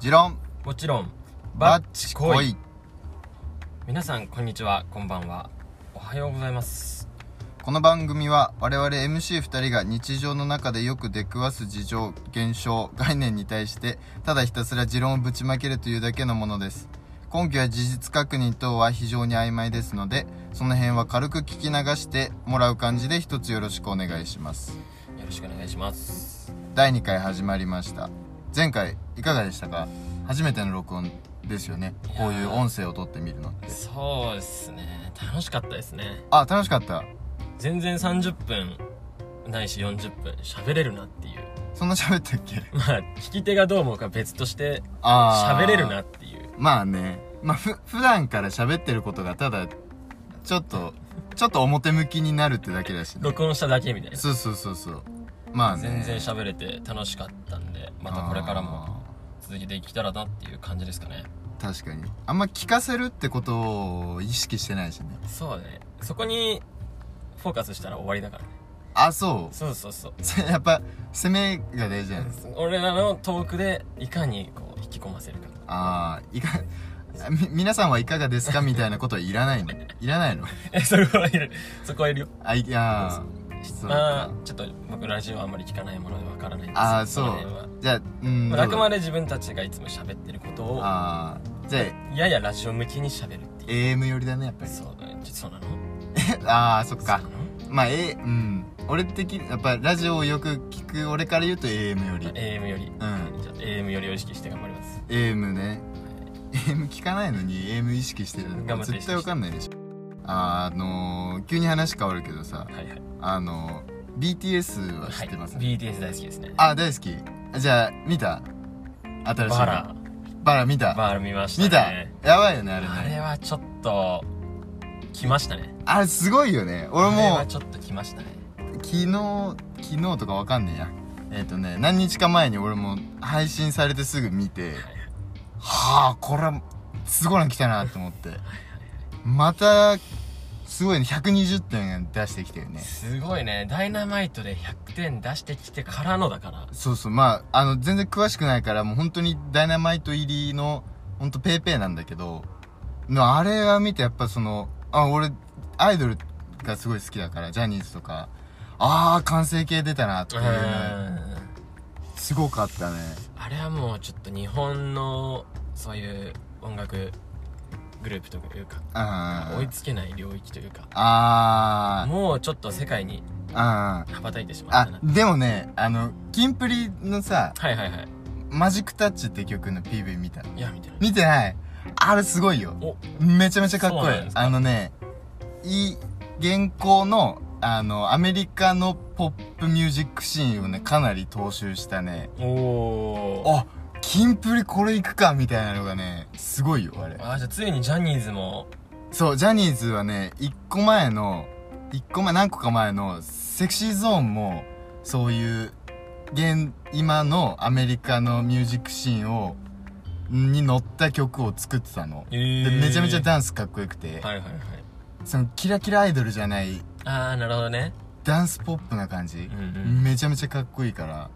持論もちろんバッチコイ皆さんこんにちはこんばんはおはようございますこの番組は我々 MC2 人が日常の中でよく出くわす事情現象概念に対してただひたすら持論をぶちまけるというだけのものです根拠や事実確認等は非常に曖昧ですのでその辺は軽く聞き流してもらう感じで一つよろしくお願いしますよろしくお願いします第2回始まりました前回いかがでしたか初めての録音ですよねこういう音声を撮ってみるのってそうですね楽しかったですねあ楽しかった全然30分ないし40分喋れるなっていうそんな喋ったっけまあ聞き手がどう思うか別としてあー喋れるなっていうまあねまあふ普段から喋ってることがただちょっとちょっと表向きになるってだけだしね録音しただけみたいなそうそうそうそうまあね全然喋れて楽しかったんでまたこれからも続けていけたらなっていう感じですかねあー確かにあんま聞かせるってことを意識してないしねそうねそこにフォーカスしたら終わりだからねあそうそうそうそうせやっぱ攻めが大事なんです俺らのトークでいかにこう引き込ませるかああいかみ皆さんはいかがですかみたいなことはいらないのいらないの えそこはいるそこはいるよあいやそうまあかちょっと僕ラジオあんまり聞かないものでわからないんですあーそうの辺はじゃあうんまああどくうまだで自分たちがいつも喋ってることをああじゃあややラジオ向きに喋るっていう AM 寄りだねやっぱりそうだねちょそうなの ああそっそうなかのまあえうん俺的やっぱラジオをよく聞く俺から言うと AM よりまあ AM よりうんじゃあ AM よりを意識して頑張ります AM ね AM 聞かないのに AM 意識してるの頑張って絶対わかんないでしょあーあのー、急に話変わるけどさはいはいあのー、BTS は知ってます、はい、BTS 大好きですねあ大好きじゃあ見た新しいのバラバラ見たバラ見ました見たねやばいよねあれねあれはちょっと来ましたねあれすごいよね俺あれもはちょっと来ましたね昨日昨日とかわかんねえやえっ、とね何日か前に俺も配信されてすぐ見てはあこれはすごいの来たなと思ってまたすごいね120点出してきてるねすごいねダイナマイトで100点出してきてからのだからそうそうまああの全然詳しくないからもう本当にダイナマイト入りの本当ペーペーなんだけどのあれは見てやっぱそのあ俺アイドルがすごい好きだからジャニーズとかああ完成形出たなっていううんのがすごかったねあれはもうちょっと日本のそういう音楽グループというかあ追いつけない領域というかあもうちょっと世界にーあー羽ばたいてしまったあなでもねあのキンプリのさはいはいはい「マジックタッチ」って曲の PV 見たいやみたいな見てないあれすごいよおめちゃめちゃかっこそういなんいですかあのねいい現行のあのアメリカのポップミュージックシーンをねかなり踏襲したねおーあキンプリこれいくかみたいなのがねすごいよあれあじゃあついにジャニーズもそうジャニーズはね一個前の一個前何個か前のセクシーゾーンもそういう現今のアメリカのミュージックシーンをに乗った曲を作ってたの、えでめちゃめちゃはダンスかっこよくて、いはいはいそのキラキラアイドルじゃないああなるほどねダンスポップな感じうん、うんめちゃめちゃかっこいいから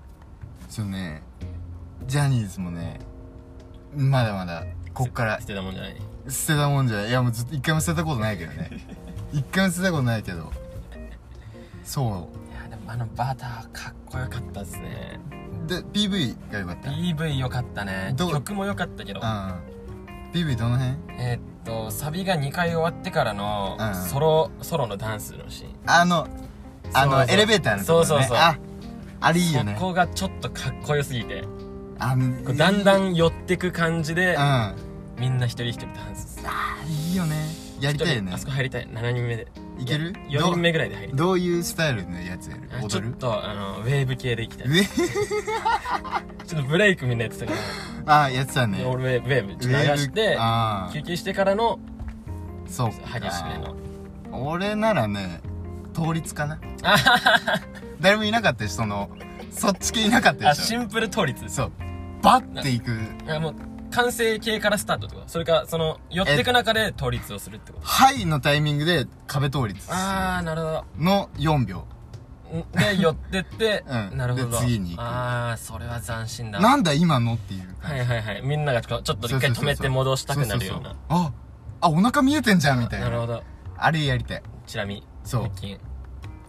そのねジャニーズもねまだまだこっから捨てたもんじゃない捨てたもんじゃないいやもうずっと一回も捨てたことないけど ね一回も捨てたことないけどそいやでもあのバターかっこよかったですねうで PV が良かった PV 良かったねどう曲も良かったけどああ PV どの辺えーっとサビが2回終わってからのうんソロソロのダンスのシーンあのあのそうそうエレベーターのとこそうねそうそうああれいいよねそこがちょっとかっこよすぎてあこうだんだうんん寄ってく感じであみんな一人一人ダンスするいいよねやりたいよ一ね人あそこ入りたい7人目でいける4人目ぐらいで入りたいどういうスタイルのやつやるあちょ踊っるとあのウェーブ系でいきたい上ちょっとブレイクみんなやってたけどあやってたね俺ウェーブウェーブちょっと流してああ休憩してからのそう激かしめの俺ならね倒立 かな誰もいなかったしそのそっち系いなかったあでしシょンプル倒立そうバッていくあもう完成形からスタートってことそれかその寄ってく中で倒立をするってことはいのタイミングで壁倒立ああなるほの4秒、どで寄ってって うんなるほどで次に行くああそれは斬新だなんだ今のっていうは感いじはいはいみんながちょちょっとそ一うそう回そうそう止めて戻したくなるようなそそそああお腹見えてんじゃんみたいなるなほどあれやりたいチラ見そう一見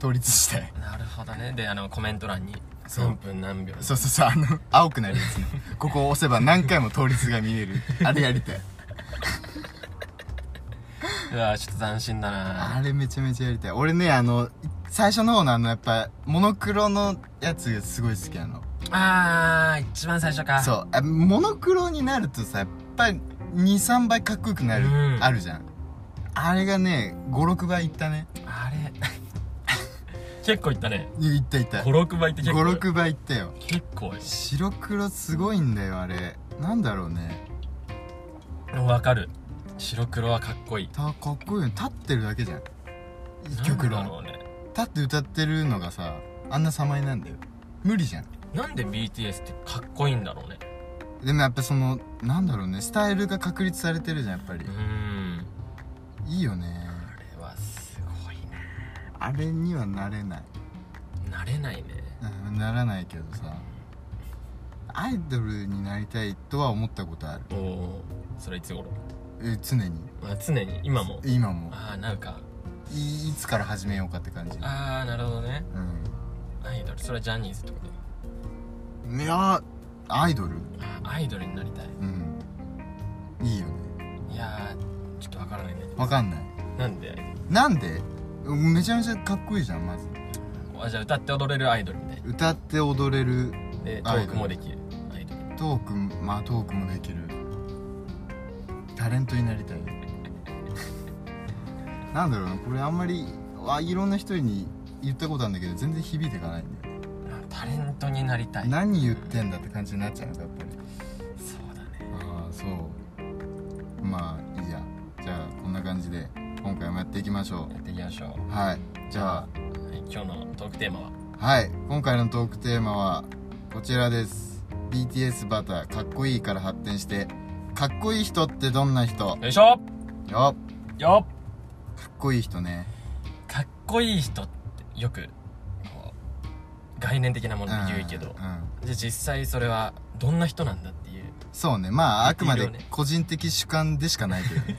倒立したいなるほどねであのコメント欄にそう何分何秒そうそうそうあの青くなるやつねここを押せば何回も倒立が見えるあれやりたいうわちょっと斬新だなあれめちゃめちゃやりたい俺ねあの最初の方のあのやっぱモノクロのやつがすごい好きなのあー一番最初かそうあモノクロになるとさやっぱり23倍かっこよくなる、うんあるじゃんあれがね56倍いったねあれ 結構いったねいやいったいった56倍って結構56倍いったよ結構よ白黒すごいんだよあれなんだろうねわかる白黒はかっこいいたかっこいいよ立ってるだけじゃん極なんだ論ろうね立って歌ってるのがさあんな様になんだよ無理じゃんなんで BTS ってかっこいいんだろうねでもやっぱそのなんだろうねスタイルが確立されてるじゃんやっぱりうーんいいよねあれはすごいねあれにはなれない慣れないねうんならないけどさアイドルになりたいとは思ったことあるおおそれいつ頃え常にまあ常に今も今もああなんかいいつから始めようかって感じああなるほどねうアイドルそれはジャニーズってことんいやーアイドルあーアイドルになりたいうんいいよねいやーちょっとわからないねわかんないなんでなんでうんめちゃめちゃかっこいいじゃんまずあじゃあ歌って踊れるアイドルみたい歌って踊れるなでトアイドルークもできるアイドルトークまあトークもできるタレントになりたい なんだろうなこれあんまりあいろんな人に言ったことあるんだけど全然響いていかないんだよあタレントになりたい何言ってんだって感じになっちゃうのやっぱりそうだねああそうまあいいやじゃあこんな感じで今回もやっていきましょやっていきましょううはいじゃはい今日のトークテーマはあはい今回のトークテーマはこちらです BTS バターかっこいいから発展してかっこいい人ってどんな人よいしょよよかっこいい人ねっかっこいい人ってよくこう概念的なもうんので言うけど、んじゃあ実際それはどんな人なんだっていうそうねまああくまいでろいろね個人的主観でしかないけどね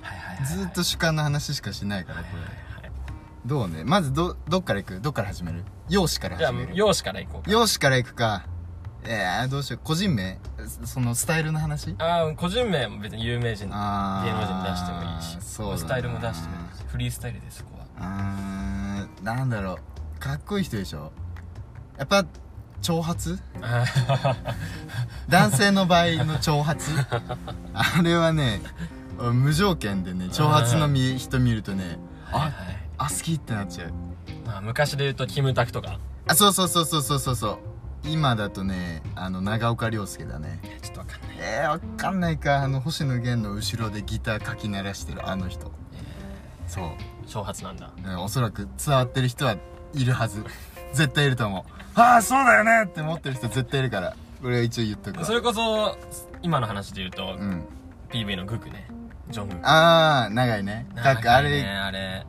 はい はいはい、はい、ずーっと主観の話しかしないかはいらはいこれはいどうねまずどどっから行くどっから始める容姿じかゃらあ始める容姿からいこうか容姿から行くかえー、どうしよう個人名そそのスタイルの話ああ個人名も別に有名人芸能あー人出してもいいしそうだなスタイルも出してもいいしフリースタイルでそこはうーんなんだろうかっこいい人でしょやっぱ長髪あー男性の場合の長髪 あれはね無条件でね長髪の見人見るとねはいあはいあ好きってなっちゃうまあ昔で言うとキムタクとかあそうそうそうそうそうそうそう今だとねあの長岡亮介だねちょっとわかんないえー、わかんないかあの星野源の後ろでギターかき鳴らしてるあの人そう、挑発なんだうんおそらく伝わってる人はいるはず 絶対いると思うああそうだよねって思ってる人絶対いるからこれは一応言っとくわそれこそ今の話で言うと、うん PV のグクねジョングクああ長いね長かいっねこあれあれ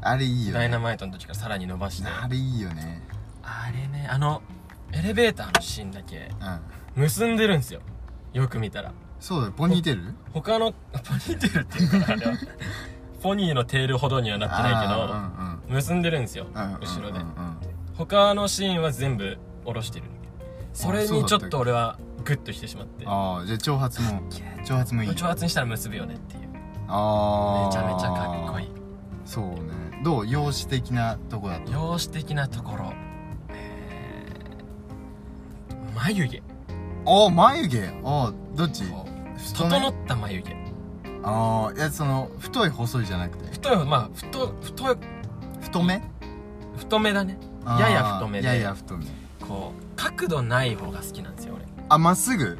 あれいいよダイねナマイトの時からさらに伸ばしてあれいいよねあれねあのエレベーターのシーンだけうん結んでるんですよよく見たらそうだよポニーテール他のポニーテールっていうか あれはポニーのテールほどにはなってないあけど結んでるんですよーうんうんうん後ろでうんうんうん他のシーンは全部下ろしてるそれにちょっと俺はグッとしてしまってああじゃあ長髪も長髪もいい挑発にしたら結ぶよねっていうめああちゃめちゃかっこいいそうねどう容姿的なとこだと容姿的なところえー眉毛お眉毛おどっちこう太め整った眉毛ああいやその太い細いじゃなくて太いまあ太太い太め太めだねあーやや太めでやや太めこう角度ない方が好きなんですよ俺あまっすぐ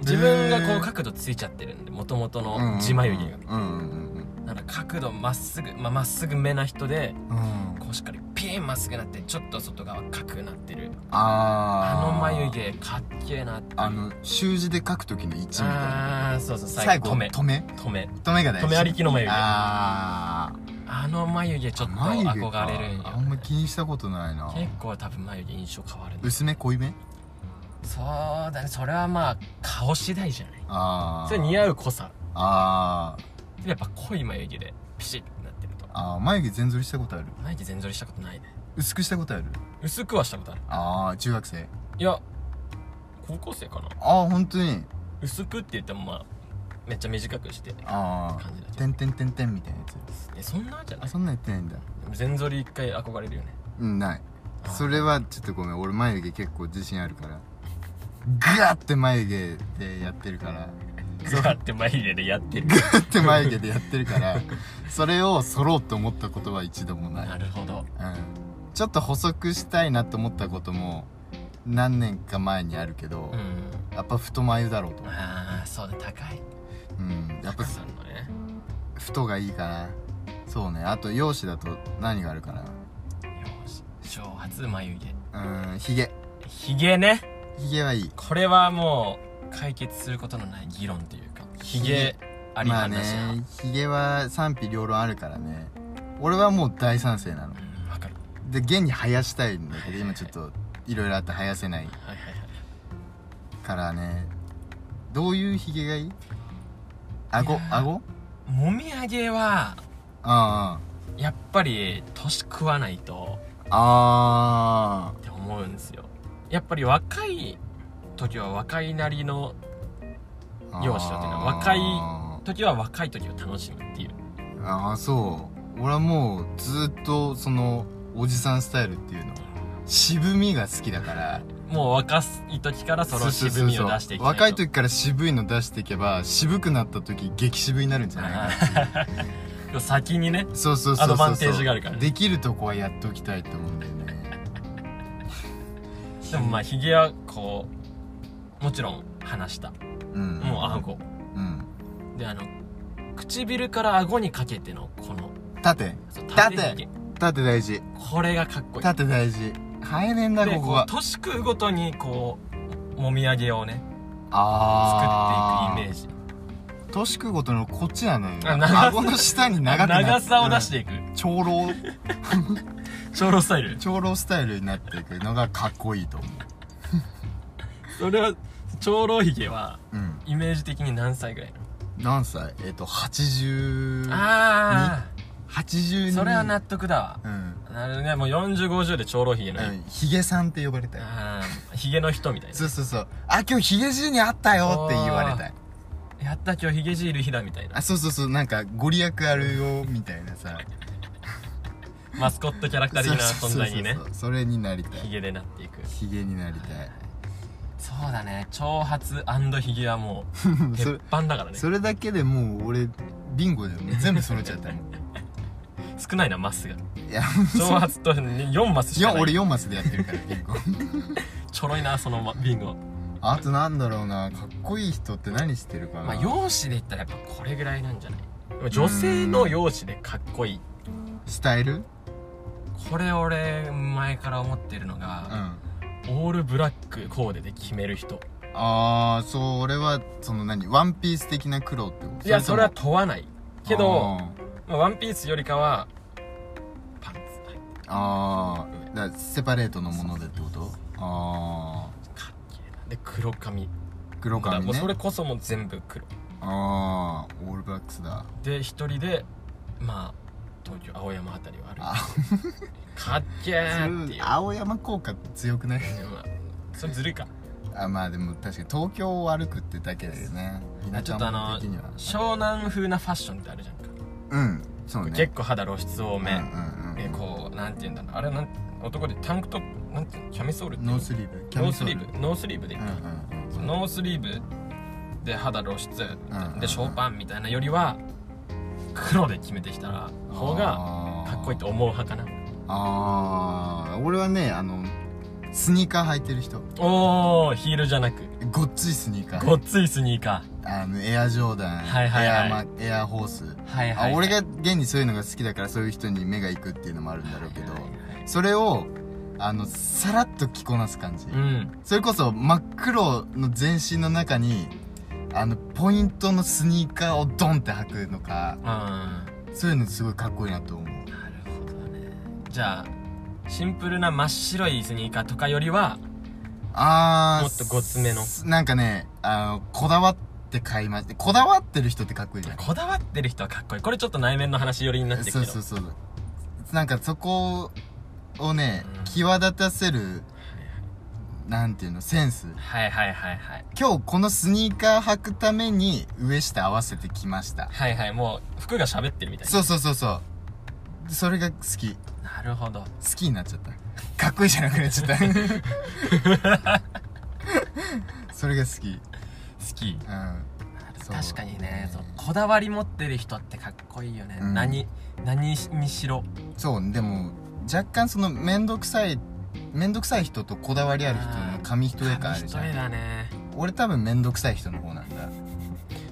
自分がへこーう角度ついちゃってるんでもともとうんうんうんの地眉毛うが、んうんうんだから角度まっすぐまあまっすぐ目な人でうんうんこうしっかりピーンまっすぐなってちょっと外側赤くなってるああーの眉毛かっけえなってあの習字で書く時の位置みたいなあーそうそう最最後後止め止め止め止めが大事止めありきの眉毛ああああの眉毛ちょっと眉毛か憧れるんよ、ね、あんま気にしたことないな結構多分眉毛印象変わるね薄め濃いめそうだねそれはまあ顔次第じゃないああそれ似合うう濃さあやっぱ濃い眉毛でピシッてなってるとーあー眉毛全剃りしたことある眉毛全剃りしたことないね薄くしたことある薄くはしたことあるああ中学生いや高校生かなああ本当に薄くって言ってもまあめっちゃ短くしてあ感じだあけどてんてんてんてんみたいなやつえそんなじゃなあいそんなんやってないんだでも全剃り一回憧れるよねうんないあーそれはちょっとごめん俺眉毛結構自信あるからグワッて眉毛でやってるからそうやって眉毛でやっ てるグッて眉毛でやってるからそれを剃ろうと思ったことは一度もないなるほどうんちょっと細くしたいなと思ったことも何年か前にあるけど、うんやっぱ太眉だろうと思う、ああそうだ高いうん、やっぱさんのね太がいいかなそうねあと容姿だと何があるかよし挑発眉毛なうんひげひげねひげはいいこれはもう解決することのない議論というかひげありまなあんだしなねひげは賛否両論あるからね俺はもう大賛成なのうんわかるで現に生やしたいんだけど今ちょっといろいろあって生やせないはいはいはいからねどういうひげがいい顎いやー顎もみあげはあやっぱり年食わないとあああって思うんですよやっぱり若い時は若いなりの容姿だっていうのは若いあ時は若い時を楽しむっていうーあーそう俺はもうずっとそのおじさんスタイルっていうの渋みが好きだからもう若い時からそのそうそう渋そうみそうを出していきたいと若い時から渋いの出していけば渋くなった時激渋になるんじゃないかな あー先にねそうそうそうそうそうアドバンテージがあるからねできるとこはやっておきたいと思うんだよねでもまあひげはこうもちろん話したうんもう顎うんであの唇から顎にかけてのこの縦そう縦縦ひげ縦大事これがかっこいい縦大事生えねえんだでこここはう年食うごとにこうもみあげをねあ作っていくイメジージ年食うごとのこっちなのよあ長さ顎の下に長くなって長さを出していく長老長老スタイル長老スタイルになっていくのがかっこいいと思それは長老ひげはううんイメージ的に何歳ぐらいなの何歳えっ、と80あ82あそれは納得だうんわなるほどねもう4050で長老ひげのうんヒゲさんって呼ばれたいああひげの人みたいなそうそうそうあ今日ヒゲじいに会ったよって言われたいやった今日ヒゲじいる日だみたいなあそうそうそうなんかご利益あるよみたいなさマスコットキャラクター的な存在にねそうそうそうそれになりたヒいゲでなっていくヒゲになりたいそうだね長髪ヒゲはもう そ鉄れ板だからねそれだけでもう俺ビンゴだよね全部揃えちゃった もん少ないなマスがいや長髪と4マスしいかやない俺4マスでやってるからビンゴちょろいなそのまビンゴあとなんだろうなかっこいい人って何してるかな、まあ容姿で言ったらやっぱこれぐらいなんじゃないでも女性の容姿でかっこいいスタイルこれ俺前から思ってるのうんが、あオールブラックコーデで決める人あーそれはその何ワンピース的な苦労ってこといやとそもれは問わないけどあまあワンピースよりかはパンツはいーあーだからセパレートのものでってことああかっけえなで黒髪黒だから髪もうねそれこそもう全部黒ああオールブラックスだで一人でまあ東京青山あたりを歩いてあかっけえっていう青山効果強くないまあそれずるいかあまあでも確かに東京を歩くってだけだよね稲ちちょゃっとあのん的には湘南風なファッションってあるじゃんか、うんそうね結構肌露出多構め、うんうんうんでこうなんて言うんだろうあれなん男でタンクトップなんていうのキャミソールっていうノースリーブキャノーミスソリールーブノースリーブでいいうんうか、んそうノースリーブで肌露出うんうんでショーパンみたいなよりは黒で決めてきたらうん方があーかっこいいと思う派かなあー俺はねあのスニーカー履いてる人おおヒールじゃなくごっついスニーカごーっついスニーカあのエアジョーダンはいはいはいエアマエアホースーはいあ俺が現にそういうのが好きだからそういう人に目が行くっていうのもあるんだろうけどはいはいはいそれをあのさらっと着こなす感じうんそれこそ真っ黒の全身の中にあのポイントのスニーカーをドンって履くのかうんそういうのすごいかっこいいなと思うじゃあシンプルな真っ白いスニーカーとかよりはあーもっとごつめのすなんかねあのこだわって買いましたこだわってる人ってかっこいいじゃんこだわってる人はかっこいいこれちょっと内面の話寄りになってくけそどうそうそうなんかそこをね、うん際立たせるなんていうのセンスはいはいはいはい今日このスニーカー履くために上下合わせてきましたはいはいもう服が喋ってるみたいそうそうそうそうそれが好き好ななるほどきになっちゃったかっこいいじゃなくなっちゃった それが好きうん好きそう確かにねねそうこだわり持ってる人ってかっこいいよね、うん何何にしろそうでも若干その面倒くさい面倒くさい人とこだわりある人の紙一重感あるじゃ紙一重んだね俺多分面倒くさい人の方なんだっ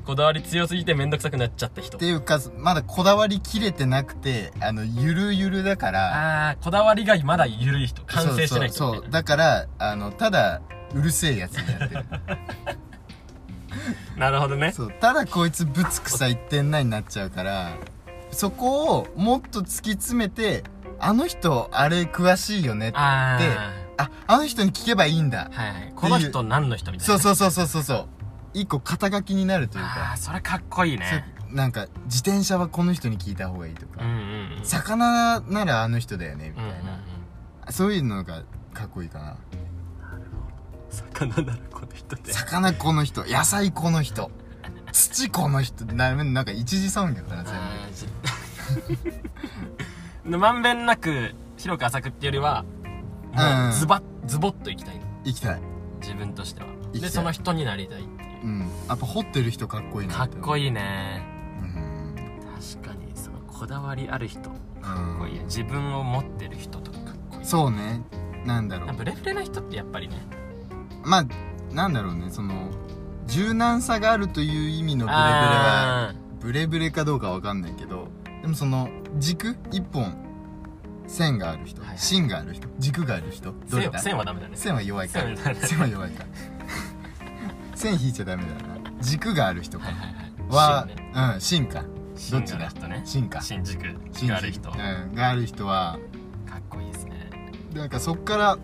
こだわり強すぎて面倒くさくなっちゃった人ていうかまだこだわりきれてなくてあのゆるゆるだからああこだわりがまだ緩い人完成してない人そうみそうたそいうなだからあのただうるせえやつになって るなるほどねそうただこいつぶつくさ言ってんなになっちゃうからそこをもっと突き詰めてあの人あれ詳しいよねああでああの人に聞けばいいんだはいはいこの人何の人みたいそなうそうそうそうそうそう一個肩書きになるというあかあそれかっこいいねそうなんか自転車はこの人に聞いた方がいいとか、うんうんうん魚ならあの人だよねみうたんいうんうな、んそういうのがかっこいいかな魚ならこの人で魚この人野菜この人土この人ななんか一次産業だな全あーじまんべんなく広く浅くっていうよりはうんもうズバッズボッといきたい部行きたい自分としてはきたでいその人になりたいっていうんやっぱ掘ってる人かっこいいうなかっこいい、いいねうん、確かにそのこだわりある人かっこいいうんよ自分を持ってる人とかかっこいいそうねなんだろうブレブレな人ってやっぱりねまあなんだろうねその柔軟さがあるという意味のブレブレはあブレブレかどうかわかんないけどでもその軸一本線がある人、はいはい芯がある人軸がある人ーどれだ線線はダメだね線は弱いか線はダメ線は弱いか 線引いちゃダメだな軸がある人かはいはいはは、い芯ねうん芯かどっちだ芯がある人ね芯か新宿がある人うかん、がある人はっこいいですねなんかそっから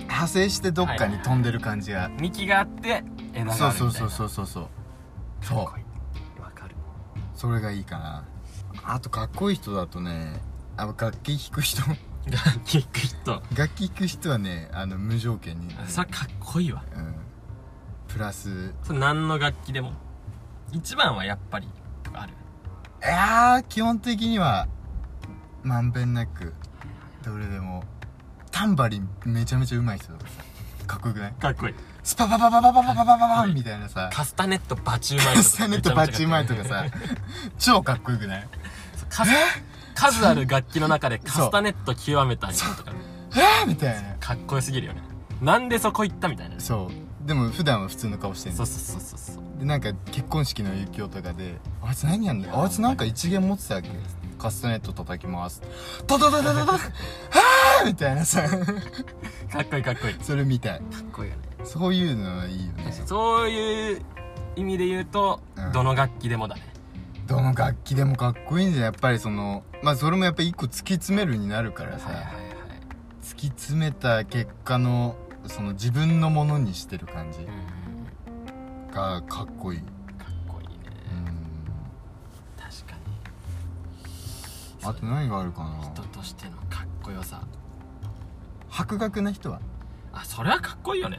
派生してどっかに飛んでる感じが、幹があって枝があるみたいそうなそうそうそうそうそうかそっうこいいわかる それがいいかなあとかっこいい人だとねあ楽器弾く人キックヒット楽器弾く人はねあの無条件に、それかっこいいわうん、プラスそれ何の楽器でも一番はやっぱりとかあるいやー基本的にはまんべんなくどれでもタンバリンめちゃめちゃ上手い人とかさかっこよくないかっこいいスパパパパパパパパパパンみたいなさカスタネットバチうまいとかカスタネットバッチうまいとかさ超かっこよくないカス数ある楽器の中でカスタネット極めた人とかえー、みたいなかっこよすぎるよねなんでそこ行ったみたいなそうでも普段は普通の顔してんそのうそうそうそうそうでなんか結婚式の余興とかで「あいつ何やんのあいつなんか一元持ってたっけカスタネット叩きます」「タタタタタタああ!」みたいなさかっこいいかっこいいそれみたいかっこいいよねそういうのはいいよねそういう意味で言うと、うんどの楽器でもだねどの楽器でもかっこいいんじゃんやっぱりそのまあそれもやっぱり一個突き詰めるになるからさ、突き詰めた結果のその自分のものにしてる感じうんがかっこいい、うかっこいいねん、確かあと何があるかにな人としてのかっこよさ博学な人はあそれはかっこいいよね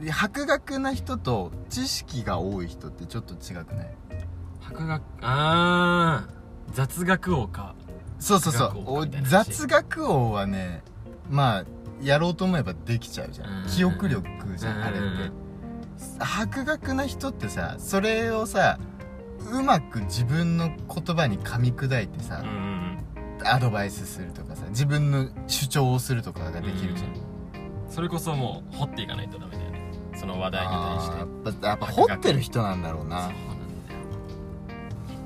で博学な人と知識が多い人ってちょっと違くない博学あー雑学王かそうそうそう雑学王おみたいな話雑学王はねまあやろうと思えばできちゃうじゃうんん記憶力じゃんあれっうんうんうて博学な人ってさそれをさうまく自分の言葉に噛み砕いてさうん、うんアドバイスするとかさ自分の主張をするとかがうんできるじゃん、それこそもう掘っていかないとダメだよねその話題に対してあーやっぱやっぱ掘ってる人なんだろうそうななんだよ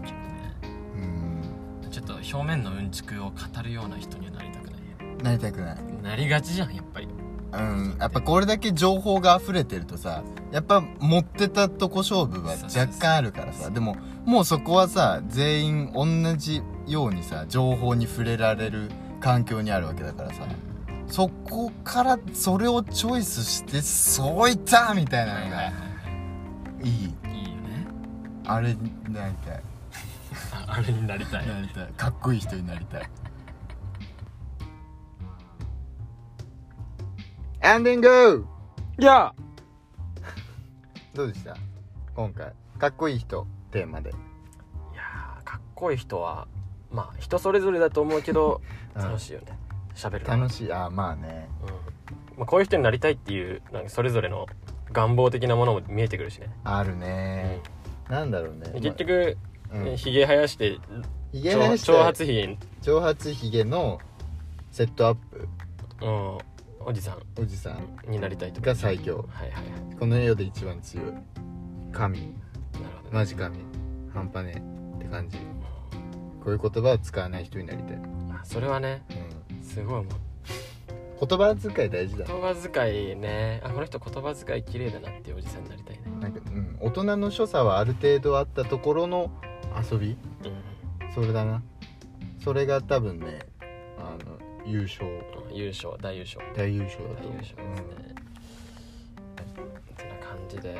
結局ねうんちょっと表面のうんちくを語るような人にはなりたくないなりたくないなりがちじゃんやっぱりうん、やっぱこれだけ情報が溢れてるとさやっぱ持ってたとこ勝負は若干あるからそうそうそさうでももうそこはさ全員同じようにさ情報に触れられる環境にあるわけだからさそこからそれをチョイスしてそういったみたいなのがいいいいよねあれになりたいあ あれになりたいなりたいかっこいい人になりたいエンディングいやどうでした今回かっこいい人テーマで、いやーかっこいい人はまあ人それぞれだと思うけどうん楽しいよね喋るの楽しいあーまあねうんまあ、こういう人になりたいっていうなんかそれぞれの願望的なものも見えてくるしね、あるね、なんだろうねうん結局、まあうんひげ生やしてひげ長生やして長髪ひげ、長髪ひげのセットアップうん、おじさおじさんんになりたいとが最強はいはいはいこの世で一番強い神なるほどね、マジ神半端ねえって感じこういう言葉を使わない人になりたい、うあそれはねん、すごいもう言葉遣い大事だ言葉遣いねあこの人言葉遣い綺麗だなっていうおじさんになりたいね、なんか、うん、大人の所作はある程度あったところの遊びそれだなそれが多分ねあの優勝うん、優勝大優勝大優勝だ大と優思う勝ですね、そんな感じで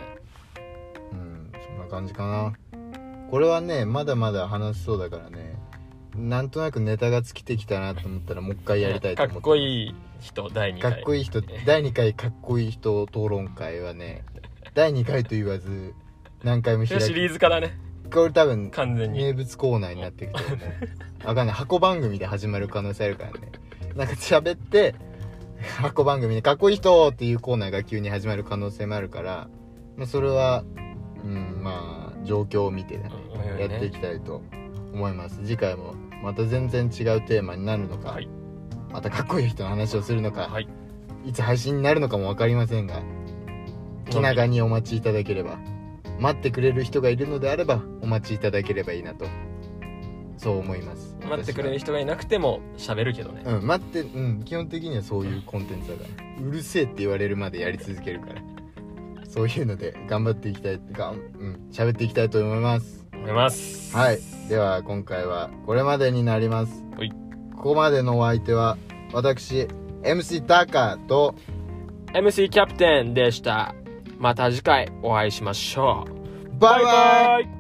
うん、うんそんな感じかなこれはねまだまだ話しそうだからねなんとなくネタが尽きてきたなと思ったらもう一回やりたいとか思っってこいい人第2か回っこいい人第2回かっこいい人討論会はね第2回と言わず何回もそ開れくシリーズからねこれ多分完全に名物コーナーになってきてる ねわかんない箱番組で始まる可能性あるからねなんか喋って箱番組で「かっこいい人!」っていうコーナーが急に始まる可能性もあるから、まあ、それは、うん、まあ状況を見てねうんやっていきたいと思います次回もまた全然違うテーマになるのか、はいまたかっこいい人の話をするのか、はいいつ配信になるのかも分かりませんが気長にお待ちいただければ待ってくれる人がいるのであればお待ちいただければいいなとそう思います待ってくれる人がいなくても喋るけどね私はうん待ってうん基本的にはそういうコンテンツだからうるせえって言われるまでやり続けるからそういうので頑張っていきたいがんうん喋っていきたいと思います思いますはいでは今回はこれまでになりますはいここまでのお相手は私 MC タカと MC キャプテンでしたまた次回お会いしましょうバイバイイ